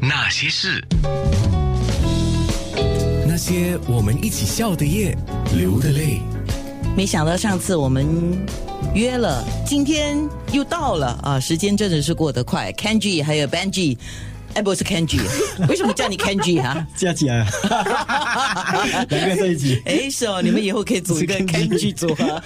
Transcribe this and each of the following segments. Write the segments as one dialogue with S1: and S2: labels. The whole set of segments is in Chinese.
S1: 那些事，
S2: 那些我们一起笑的夜，流的泪。
S3: 没想到上次我们约了，今天又到了啊！时间真的是过得快。Kenji 还有 Benji，哎，不是 Kenji，为什么叫你 Kenji 啊？
S4: 加起来，啊 两个在一起。
S3: 哎，是哦，你们以后可以组一个
S4: 是
S3: Kenji 组合。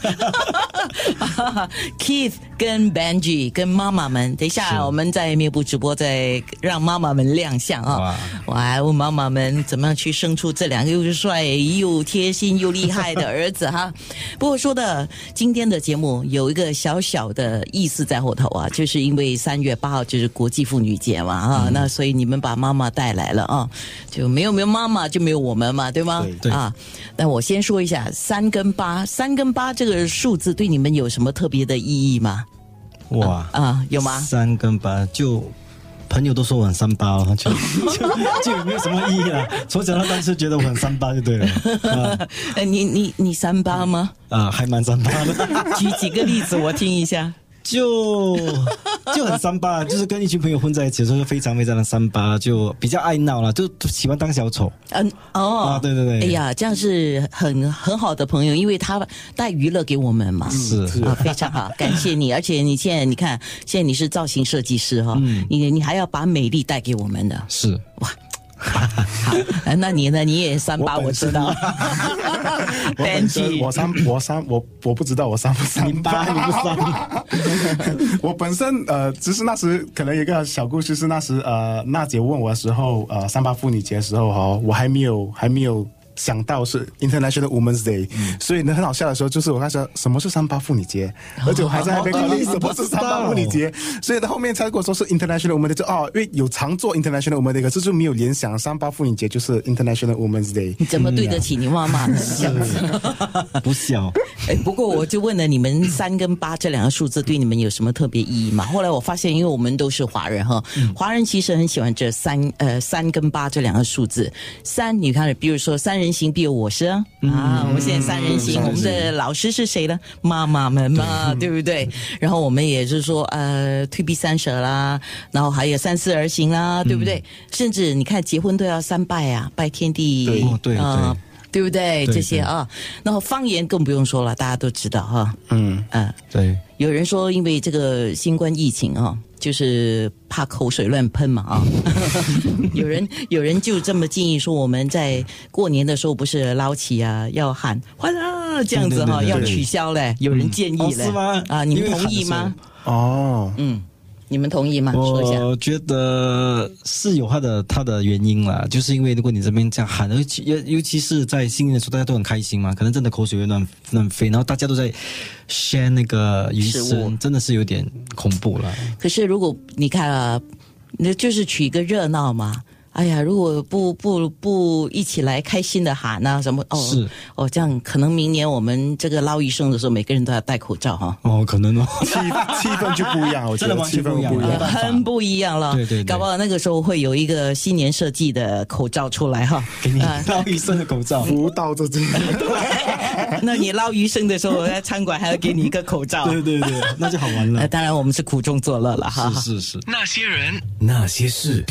S3: Keith 跟 Benji 跟妈妈们，等一下我们在面部直播再让妈妈们亮相啊、我还问妈妈们怎么样去生出这两个又帅又贴心又厉害的儿子哈。不过说的今天的节目有一个小小的意思在后头啊，就是因为三月八号就是国际妇女节嘛啊，那所以你们把妈妈带来了啊，就没有没有妈妈就没有我们嘛，对吗？
S4: 对
S3: 啊，那我先说一下三跟八，三跟八这个数字对你们有什么特别的意义吗？
S4: 哇
S3: 啊有吗
S4: 三跟八就。朋友都说我很三八哦，就 就就也没有什么意义了。从小到大是觉得我很三八就对了，啊、
S3: 呃， 你你你三八吗？
S4: 啊还蛮三八的，
S3: 举几个例子我听一下。
S4: 就就很三八，就是跟一群朋友混在一起的时候就非常非常的三八，就比较爱闹了，就就喜欢当小丑。
S3: 嗯哦
S4: 啊对对对
S3: 哎呀，这样是很很好的朋友，因为他带娱乐给我们嘛，
S4: 是
S3: 啊，非常好，感谢你，而且你现在你看，现在你是造型设计师哈、你你还要把美丽带给我们的，
S4: 是，
S3: 好，呃那你呢？你也三八，
S1: 我
S3: 我
S1: 本
S3: 知
S1: 身
S3: 道
S1: 我本身我三我三我我不知道我三不三
S4: 你 八你不三，
S1: 我本身呃，只是那时可能有一个小故事是那时呃，娜姐问我的时候，呃，三八妇女节的时候哦，我还没有还没有。想到是 International Women's Day，、所
S4: 嗯
S1: 以呢，很好笑的时候就是我开始什么是三八妇女节，
S4: 哦
S1: 而且我还 在那边考虑什么是三八妇女节，所以到后面才跟我说是 International Women's Day，就哦，因为有常做 International Women's Day，可是就没有联想三八妇女节就是 International Women's Day。
S3: 你怎么对得起你妈妈呢？这样子。
S4: 不笑。
S3: 哎，不过我就问了你们三跟八这两个数字对你们有什么特别意义吗？后来我发现，因为我们都是华人哈，华人其实很喜欢这三呃三跟八这两个数字。三，你看，比如说三人行必有我师啊，啊，我们现在三人行，我们的老师是谁呢？妈妈们嘛， 对不对？然后我们也是说呃退避三舍啦，然后还有三思而行啦，对不对？甚至你看结婚都要三拜啊，拜天地，
S4: 对哦对
S3: 啊
S4: 对
S3: 对不对？
S4: 对
S3: 这些啊，然后方言更不用说了，大家都知道哈、
S1: 嗯，
S3: 嗯、
S4: 对，
S3: 有人说因为这个新冠疫情啊，就是怕口水乱喷嘛 啊。有人有人就这么建议说，我们在过年的时候不是捞起啊，要喊欢啊这样子哈、
S4: 对对对
S3: 要
S4: 对
S3: 取消嘞。有人建议
S4: 哦
S3: 嘞、
S4: 是吗
S3: 啊，你们
S4: 因为
S3: 同
S4: 喊
S3: 意
S4: 的时候
S3: 吗？
S1: 哦，
S3: 嗯，你们同意吗？啊说一下。
S4: 我觉得是有它的它的原因啦，就是因为如果你这边这样喊，尤其尤尤其是在新年的时候，大家都很开心嘛，可能真的口水会乱乱飞，然后大家都在 share 那个鱼
S3: 食物
S4: 生，真的是有点恐怖了。
S3: 可是如果你看啊，那就是取一个热闹嘛。哎呀，如果不不不一起来开心的喊呐、什么哦
S4: 是
S3: 哦，这样可能明年我们这个捞医生的时候，每个人都要戴口罩哈、
S4: 哦，可能哦，
S1: 气气氛就不一样，我觉
S4: 真的
S1: 得
S4: 完
S1: 气
S4: 全
S1: 氛
S4: 不一样
S1: 不一
S4: 没
S1: 样
S4: 有。办法
S3: 很不一样了。
S4: 对对对
S3: 搞不好那个时候会有一个新年设计的口罩出来哈。
S4: 给 你
S3: 啊
S4: 捞一身的口罩。
S1: 福到这真
S3: 那你捞医生的时候，在餐馆还要给你一个口罩。
S4: 对对对，那就好玩
S3: 呃，
S4: 了。
S3: 当然我们是苦中作乐了哈。
S4: 是是是。
S1: 那些人。
S2: 那些事。